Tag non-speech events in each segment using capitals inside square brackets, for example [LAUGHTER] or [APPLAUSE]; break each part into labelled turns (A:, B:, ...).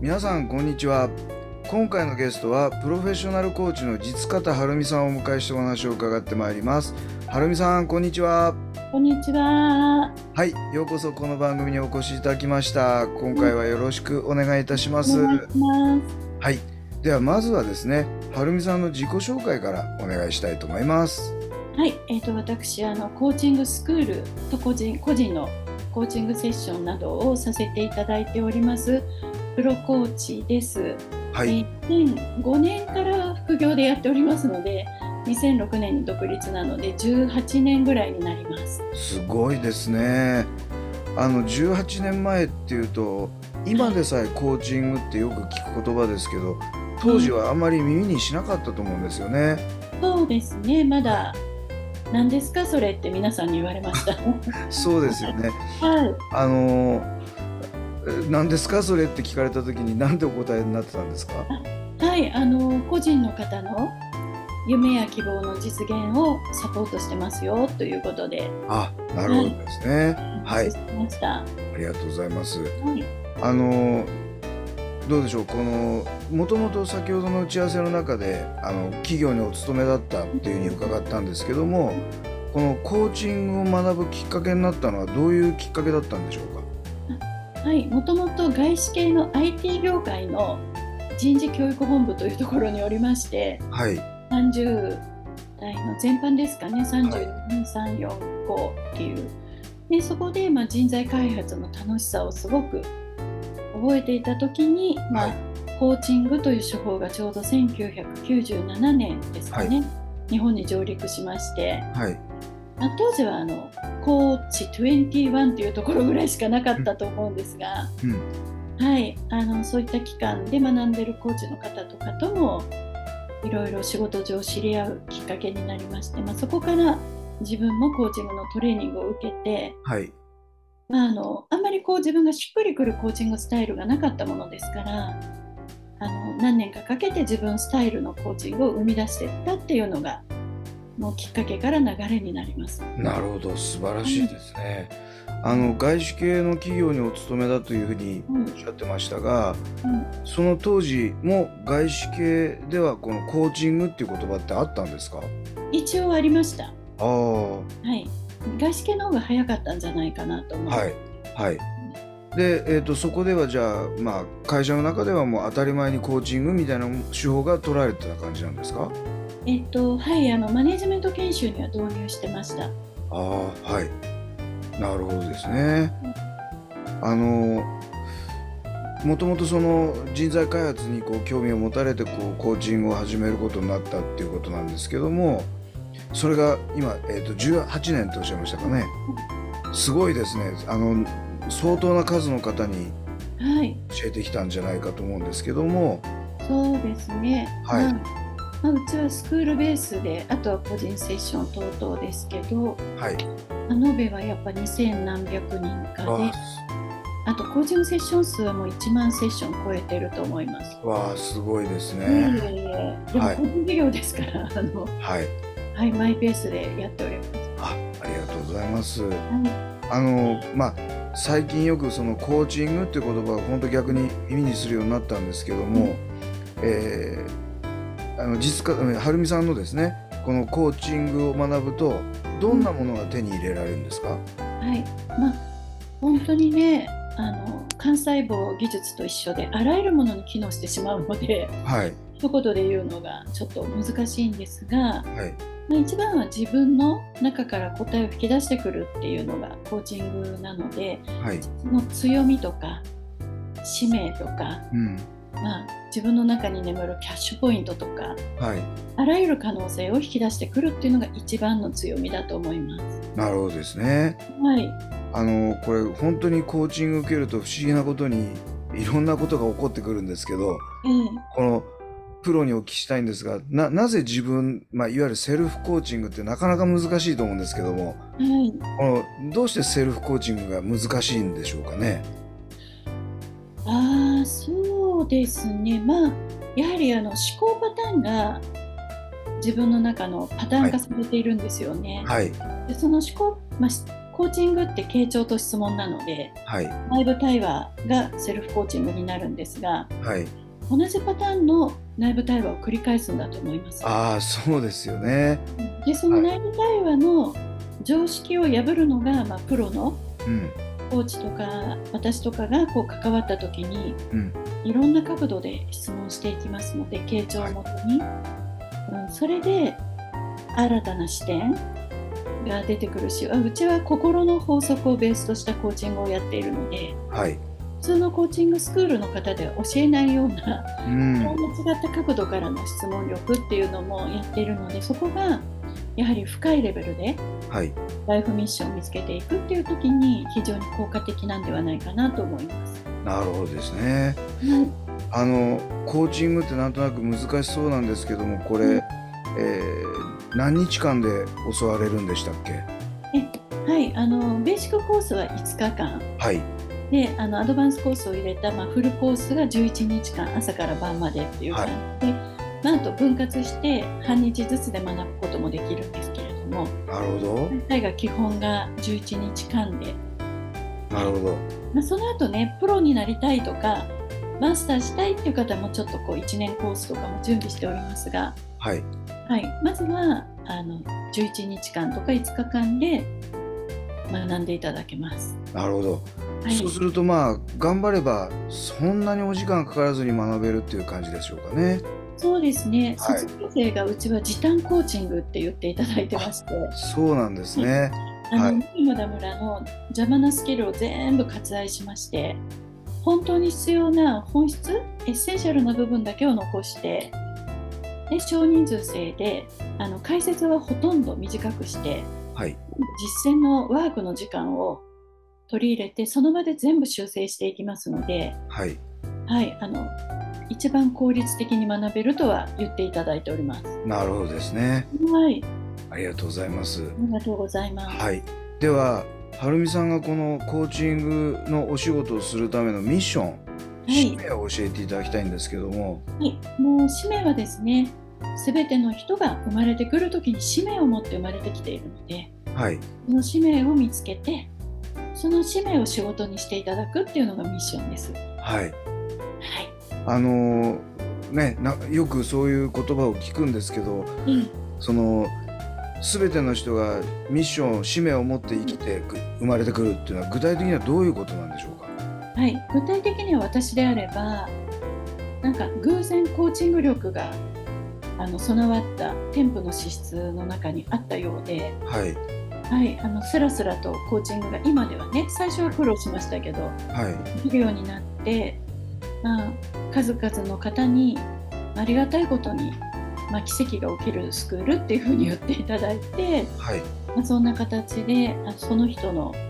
A: 皆さんこんにちは今回のゲストはプロフェッショナルコーチの実方晴美さんをお迎えしてお話を伺ってまいります晴美さんこんにちは
B: こんにちは。
A: はいようこそこの番組にお越しいただきました今回はよろしくお願いいたしま
B: お
A: す
B: 願いしま
A: はいではまずはですね晴美さんの自己紹介からお願いしたいと思います
B: す。はい、えっ、と私あのコーチングスクールと個人個人のコーチングセッションなどをさせていただいております。プロコーチです。
A: は
B: え
A: い
B: ー2005年から副業でやっておりますので、2006年に独立なので18年ぐらいになります。
A: すごいですねあの18年前っていうと今でさえコーチングってよく聞く言葉ですけど当時はあまり耳にしなかったと思うんですよね
B: そうですね。まだ何ですかそれって皆さんに言われました。
A: [LAUGHS] そうですよね
B: はい。
A: あのえ何ですかそれって聞かれた時に何てお答えになってたんですか
B: はい、あの個人の方の夢や希望の実現をサポートしてますよということで、
A: あなるほどですねはい
B: お話ししました。は
A: ありがとうございます
B: い、
A: あのどうでしょうこのもともと先ほどの打ち合わせの中であの企業にお勤めだったっていうふうに伺ったんですけどもこのコーチングを学ぶきっかけになったのはどういうきっかけだったんでしょうか
B: はい、もともと外資系の IT 業界の人事教育本部というところにおりまして、
A: はい
B: 30代の前半ですかね、
A: はい
B: 32345っていう。でそこで、まあ、人材開発の楽しさをすごく覚えていた時に、まあ
A: はい
B: コーチングという手法がちょうど1997年ですかね、日本に上陸しまして、
A: はい
B: まあ、当時はあのコーチ21というところぐらいしかなかったと思うんですが、
A: うん
B: はい、あのそういった期間で学んでるコーチの方とかともいろいろ仕事上知り合うきっかけになりまして、まあ、そこから自分もコーチングのトレーニングを受けて、
A: はい
B: まあ、あのあんまりこう自分がしっくりくるコーチングスタイルがなかったものですからあの何年かかけて自分スタイルのコーチングを生み出していったっていうのがもうきっかけから流れになります。
A: なるほど素晴らしいですねあの外資系の企業にお勤めだというふうに
B: うん
A: おっしゃってましたが
B: うん
A: その当時も外資系ではこのコーチングっていう言葉ってあったんですか
B: 一応ありました。
A: ああ
B: はい。外資系の方が早かったんじゃないかなと思う。
A: はい、はい。で、えー、とそこではじゃあ、まあ、会社の中ではもう当たり前にコーチングみたいな手法が取られてた感じなんですか
B: えっとはいあのマネジメント研修には導入してました。
A: ああはいなるほどですね。あのもともとその人材開発にこう興味を持たれてこうコーチングを始めることになったっていうことなんですけどもそれが今、えー、と18年とおっしゃいましたかねすごいですねあの相当な数の方に
B: はい。
A: 教えてきたんじゃないかと思うんですけども
B: そうですね。
A: はい
B: まあまあうちはスクールベースであとは個人セッション等々ですけど、
A: はい
B: あ延べはやっぱ2000何百人かで、
A: わ
B: あと個人セッション数はもう1万セッション超えてると思います。
A: あすごいです
B: いえい
A: ね、
B: えいえでも
A: はい
B: 個人事業ですから、あの
A: はい
B: はいマイペースでやっております。
A: あありがとうございます
B: は
A: あのまあ最近よくそのコーチングっていう言葉が本当逆に耳にするようになったんですけども、えーあの実家はるみさんのですねこのコーチングを学ぶとどんなものが手に入れられるんですか、
B: い、はい、まあ本当にねあの幹細胞技術と一緒であらゆるものに機能してしまうので
A: はい
B: 一言で言うのがちょっと難しいんですが、
A: はい
B: まあ、一番は自分の中から答えを引き出してくるっていうのがコーチングなので
A: はい
B: その強みとか使命とか
A: うん
B: まあ、自分の中に眠るキャッシュポイントとか
A: はい
B: あらゆる可能性を引き出してくるっていうのが一番の強みだと思います。
A: なるほどですね
B: はい、
A: あのこれ本当にコーチング受けると不思議なことにいろんなことが起こってくるんですけど
B: ええ
A: このプロにお聞きしたいんですがななぜ自分、まあ、いわゆるセルフコーチングってなかなか難しいと思うんですけども
B: はい、
A: このどうしてセルフコーチングが難しいんでしょうかね。
B: ああそうですねまあやはりあの思考パターンが自分の中のパターン化されているんですよね。
A: はい
B: でその思考、まあ、しコーチングって傾聴と質問なので
A: はい
B: 内部対話がセルフコーチングになるんですが
A: はい
B: 同じパターンの内部対話を繰り返すんだと思います。
A: ああそうですよね。
B: でその内部対話の常識を破るのが、まあ、プロの
A: うん
B: コーチとか私とかがこう関わった時に
A: うん
B: いろんな角度で質問していきますので傾聴をもとに、うん、それで新たな視点が出てくるしあうちは心の法則をベースとしたコーチングをやっているので
A: はい
B: 普通のコーチングスクールの方では教えないような
A: うん
B: いろんな違った角度からの質問力っていうのもやっているのでそこがやはり深いレベルで
A: はい
B: ライフミッションを見つけていくっていう時に非常に効果的なんではないかなと思います。
A: なるほどですね。
B: はい
A: あのコーチングってなんとなく難しそうなんですけどもこれ、
B: うん
A: えー何日間で教われるんでしたっけ
B: えはい、あのベーシックコースは5日間
A: はい
B: であのアドバンスコースを入れた、まあ、フルコースが11日間朝から晩までっていう感じで、まあ、あと分割して半日ずつで学ぶこともできるんですけれども
A: なるほど
B: 今回が基本が11日間で
A: なるほど
B: まあ、その後ねプロになりたいとかマスターしたいっていう方もちょっとこう1年コースとかも準備しておりますが、
A: はい
B: はい、まずはあの11日間とか5日間で学んでいただけます。
A: なるほど、
B: はい、
A: そうするとまあ頑張ればそんなにお時間かからずに学べるっていう感じでしょうかね
B: そうですね、
A: はい
B: 卒業生がうちは時短コーチングって言っていただいてまして
A: そうなんですね、
B: あ
A: はい
B: の、ミムダ村の邪魔なスキルを全部割愛しまして本当に必要な本質エッセンシャルな部分だけを残してで少人数制であの解説はほとんど短くして
A: はい
B: 実践のワークの時間を取り入れてその場で全部修正していきますので、
A: はい
B: はい、あの一番効率的に学べるとは言っていただいております。
A: なるほどですね
B: はい、
A: ありがとうございます
B: ありがとうございます。
A: はいでははるみさんがこのコーチングのお仕事をするためのミッション、使命を教えていただきたいんですけども
B: はい、もう使命はですね、すべての人が生まれてくるときに使命を持って生まれてきているので、
A: はい
B: その使命を見つけて、その使命を仕事にしていただくっていうのがミッションです。は
A: はい
B: い、
A: あのーねなよくそういう言葉を聞くんですけど
B: うん、
A: その全ての人がミッション使命を持って生きてく生まれてくるっていうのは具体的にはどういうことなんでしょうか
B: はい、具体的には私であれば、なんか偶然コーチング力があの備わった添付の資質の中にあったようで、
A: はい
B: はい、あのスラスラとコーチングが今ではね、最初は苦労しましたけど、
A: はい
B: できるようになって、まあ、数々の方にありがたいことに、まあ、奇跡が起きるスクールっていうふうに言っていただいて、
A: はい
B: まあ、そんな形であその人のあの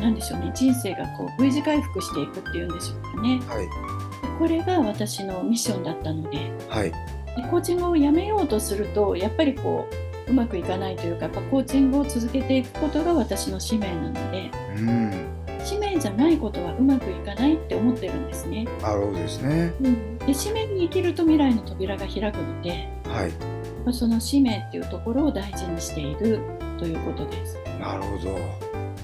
B: なんでしょうね人生がこう V 字回復していくっていうんでしょうかね
A: はい
B: でこれが私のミッションだったのでで
A: はい
B: コーチングをやめようとするとやっぱりこううまくいかないというかやっぱコーチングを続けていくことが私の使命なので
A: うん
B: 使命じゃないことはうまくいかないって思ってるんですね。
A: なるほどですね
B: で使命に生きると未来の扉が開くので
A: はい
B: その使命っていうところを大事にしているということです。
A: なるほど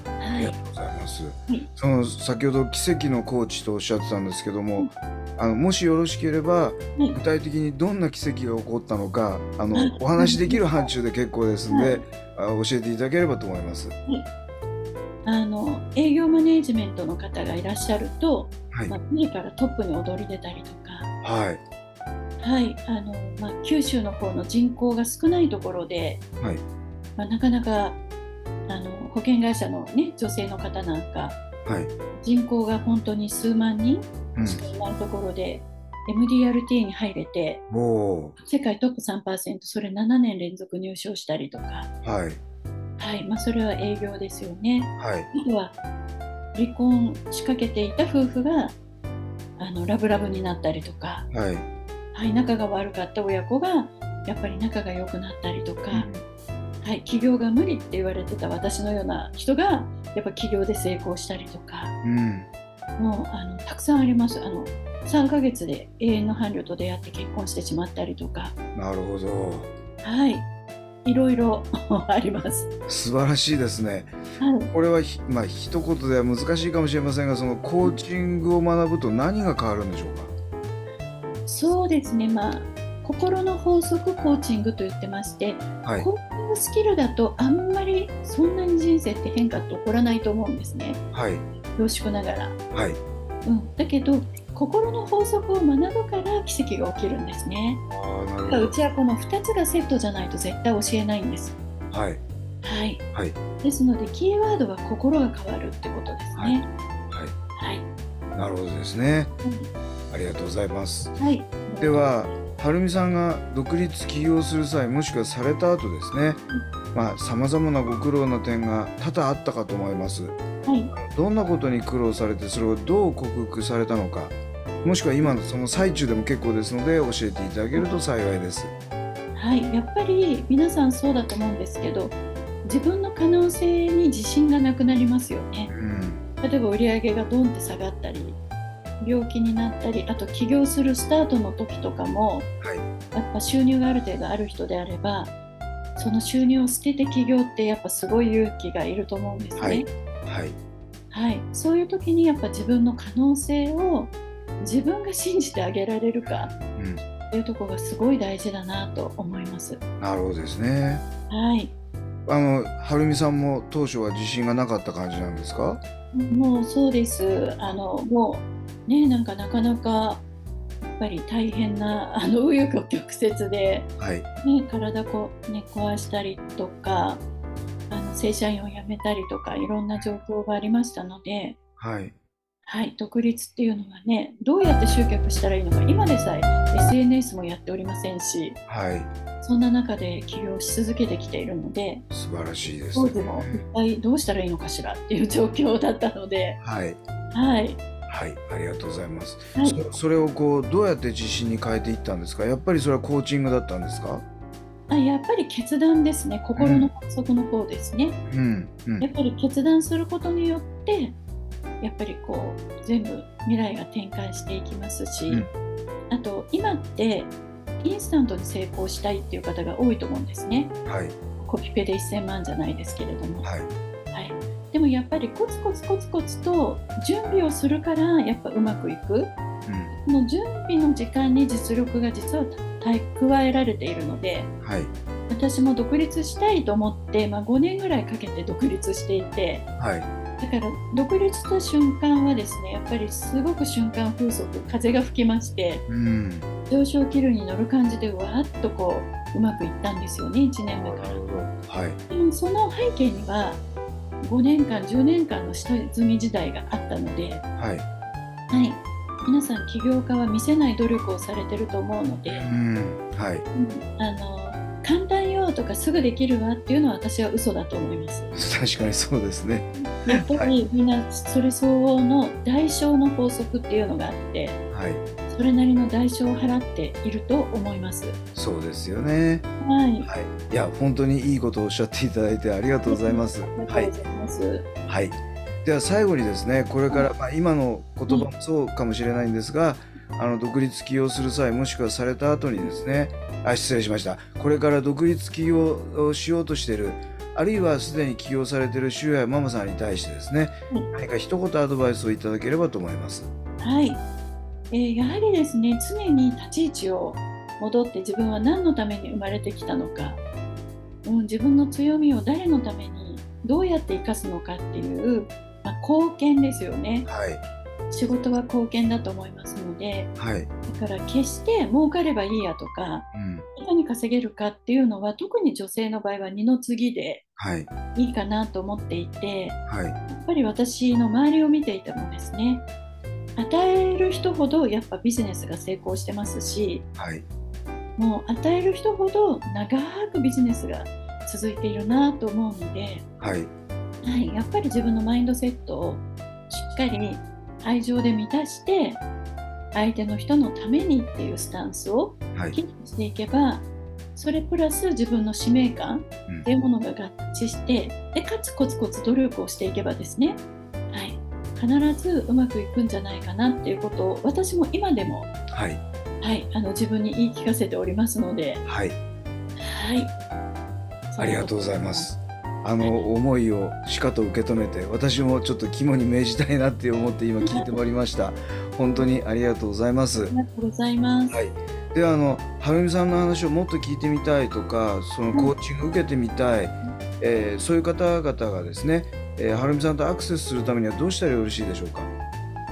A: あ
B: は
A: り
B: い
A: がとうございます、
B: い
A: その先ほど奇跡のコーチとおっしゃってたんですけども、あのもしよろしければ、
B: い
A: 具体的にどんな奇跡が起こったのかあの、
B: はい
A: お話しできる範疇で結構ですん
B: は
A: で
B: い、
A: あ教えていただければと思います。
B: あの営業マネージメントの方がいらっしゃると、
A: はい、
B: ま
A: は
B: あ、自らトップに躍り出たりと
A: い、
B: か、はいあのまあ、九州の方の人口が少ないところで、
A: はい
B: まあ、なかなかあの保険会社の、ね、女性の方なんか
A: はい、
B: 人口が本当に数万人
A: うん
B: しかいないところで、 MDRT に入れて
A: おお
B: 世界トップ3%それ7年連続入賞したりとか、
A: ーはい
B: はいまあ、それは営業ですよね。
A: はい
B: あとは離婚仕掛けていた夫婦があのラブラブになったりとか、
A: はい、
B: はい、仲が悪かった親子がやっぱり仲が良くなったりとか、はい、起業が無理って言われてた私のような人がやっぱ起業で成功したりとか
A: うん
B: もうあのたくさんありますあの3ヶ月で永遠の伴侶と出会って結婚してしまったりとか
A: なるほど
B: はいいろいろ [LAUGHS] あります。
A: 素晴らしいですね
B: はい
A: これはひまあ一言では難しいかもしれませんがそのコーチングを学ぶと何が変わるんでしょうか
B: そうですねまあ心の法則コーチングと言ってまして、
A: はい
B: コーチングスキルだとあんまりそんなに人生って変化って起こらないと思うんですね
A: はい
B: 恐縮ながら、
A: はい
B: うん、だけど心の法則を学ぶから奇跡が起きるんですね
A: ああなる
B: だ
A: ほ
B: から
A: ど
B: うちはこの2つがセットじゃないと絶対教えないんです
A: はい
B: はい、
A: はい
B: ですのでキーワードは心が変わるってことですね
A: は
B: はい、
A: いなるほどですね
B: うん
A: ありがとうございます
B: はい、
A: でははるみさんが独立起業する際もしくはされた後ですねまあさまざまなご苦労な点が多々あったかと思います
B: はい
A: どんなことに苦労されてそれをどう克服されたのかもしくは今のその最中でも結構ですので教えていただけると幸いです
B: はい、やっぱり皆さんそうだと思うんですけど自分の可能性に自信がなくなりますよね
A: うん
B: 例えば売り上げがドンって下がったり病気になったりあと起業するスタートの時とかも、
A: はい
B: やっぱ収入がある程度ある人であればその収入を捨てて起業ってやっぱすごい勇気がいると思うんですね、
A: は
B: はいい
A: はい
B: そういう時にやっぱ自分の可能性を自分が信じてあげられるか
A: う
B: っていうところがすごい大事だなと思います。
A: んなるほどですね
B: はい
A: あのはるみさんも当初は自信がなかった感じなんですか
B: もうそうです。あのもうねなんかなかなかやっぱり大変なあの紆余曲折で、
A: はい
B: ね、体こう、ね、壊したりとかあの正社員を辞めたりとかいろんな状況がありましたので、
A: はい
B: はい、独立っていうのはねどうやって集客したらいいのか今でさえ SNS もやっておりませんし
A: はい
B: そんな中で起業し続けてきているので
A: 素晴らしいです
B: 当時も一体どうしたらいいのかしらっていう状況だったので。
A: はい
B: はい
A: はいありがとうございます
B: はい
A: そそれをこうどうやって自信に変えていったんですかやっぱりそれはコーチングだったんですか
B: あやっぱり決断ですね心の法則の方ですね、
A: うんうん
B: やっぱり決断することによってやっぱりこう全部未来が展開していきますし、
A: うん
B: あと今ってインスタントに成功したいっていう方が多いと思うんですね
A: はい
B: コピペで1000万じゃないですけれども、
A: はい
B: はい、でもやっぱりコツコツコツコツと準備をするからやっぱうまくいく
A: う
B: この準備の時間に実力が実は蓄えられているので、
A: んはい
B: 私も独立したいと思って、まあ、5年ぐらいかけて独立していて
A: はい
B: だから独立した瞬間はですねやっぱりすごく瞬間風速風が吹きまして
A: うん
B: 上昇気流に乗る感じでうわーっとこううまくいったんですよね1年目か
A: なる
B: ら。
A: ほどはい
B: でもその背景には5年間10年間の下積み時代があったので、は
A: はい
B: い、皆さん起業家は見せない努力をされてると思うので。
A: うんはい
B: あの簡単よとかすぐできるわっていうのは私は嘘だと思います。
A: 確かにそうですね
B: やっぱりみんなそれ相応の代償の法則っていうのがあって
A: はい
B: それなりの代償を払っていると思います。
A: そうですよね
B: は
A: は
B: い。
A: いいや本当にいいことをおっしゃっていただいてありがとうござい
B: [LAUGHS]
A: ます
B: ありが
A: は
B: とう
A: い
B: ございます。
A: はいでは最後にですねこれから、まあ、今の言葉もそうかもしれないんですがあの独立起業する際もしくはされた後にですねあ失礼しましたこれから独立起業をしようとしているあるいはすでに起業されている主やママさんに対してですね、
B: うん
A: 何か一言アドバイスをいただければと思います。
B: はい。えーやはりですね常に立ち位置を戻って自分は何のために生まれてきたのか、うん、自分の強みを誰のためにどうやって生かすのかっていう、まあ、貢献ですよね。
A: はい
B: 仕事は貢献だと思いますので
A: はい、
B: だから決して儲かればいいやとか
A: うん、
B: いかに稼げるかっていうのは特に女性の場合は二の次で
A: はい
B: いいかなと思っていてや
A: はい
B: っぱり私の周りを見ていてもですね与える人ほどやっぱビジネスが成功してますし
A: はい
B: もう与える人ほど長くビジネスが続いているなと思うので、
A: はい
B: はい、やっぱり自分のマインドセットをしっかり愛情で満たして相手の人のためにっていうスタンスを
A: はい
B: キープしていけばそれプラス自分の使命感
A: うん
B: っていうものが合致してでかつコツコツ努力をしていけばですね、はい、必ずうまくいくんじゃないかなっていうことを私も今でも、
A: はい
B: はい、あの自分に言い聞かせておりますので、
A: はい
B: はい、
A: ありがとうございます。あの思いをしかと受け止めて私もちょっと肝に銘じたいなって思って今聞いておりました本当にありがとうございます
B: ありがとうございます。
A: はいであのはるみさんの話をもっと聞いてみたいとかそのコーチング受けてみたい、えーそういう方々がですね、えー、はるみさんとアクセスするためにはどうしたらよろしいでしょうか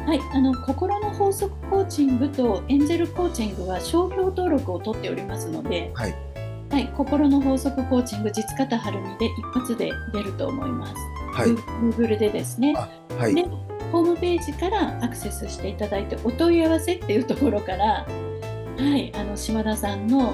B: はい、あの心の法則コーチングとエンジェルコーチングは商標登録を取っておりますので、
A: はい
B: はい、心の法則コーチング実方はるみで一発で出ると思います。
A: はい
B: Google でですね。
A: はい
B: でホームページからアクセスしていただいてお問い合わせっていうところから、はい、あの島田さんの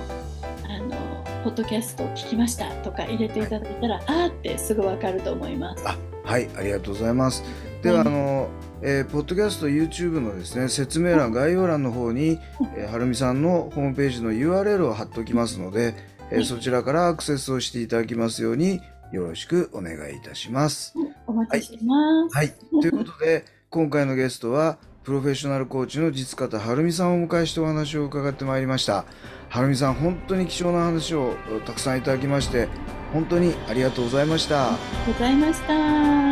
B: あのポッドキャストを聞きましたとか入れていただいたら、あーってすぐわかると思います。
A: あはいありがとうございますでは、
B: はい
A: あの、えーポッドキャスト YouTube のですね説明欄概要欄の方に、えーはるみさんのホームページの URL を貼っておきますので、えー
B: はい
A: そちらからアクセスをしていただきますようによろしくお願いいたします。
B: お待ちしてます。
A: はい、ということで今回のゲストはプロフェッショナルコーチの実方はるみさんをお迎えしてお話を伺ってまいりました。はるみさん本当に貴重な話をえーたくさんいただきまして本当にありがとうございました。
B: ありがとうございました。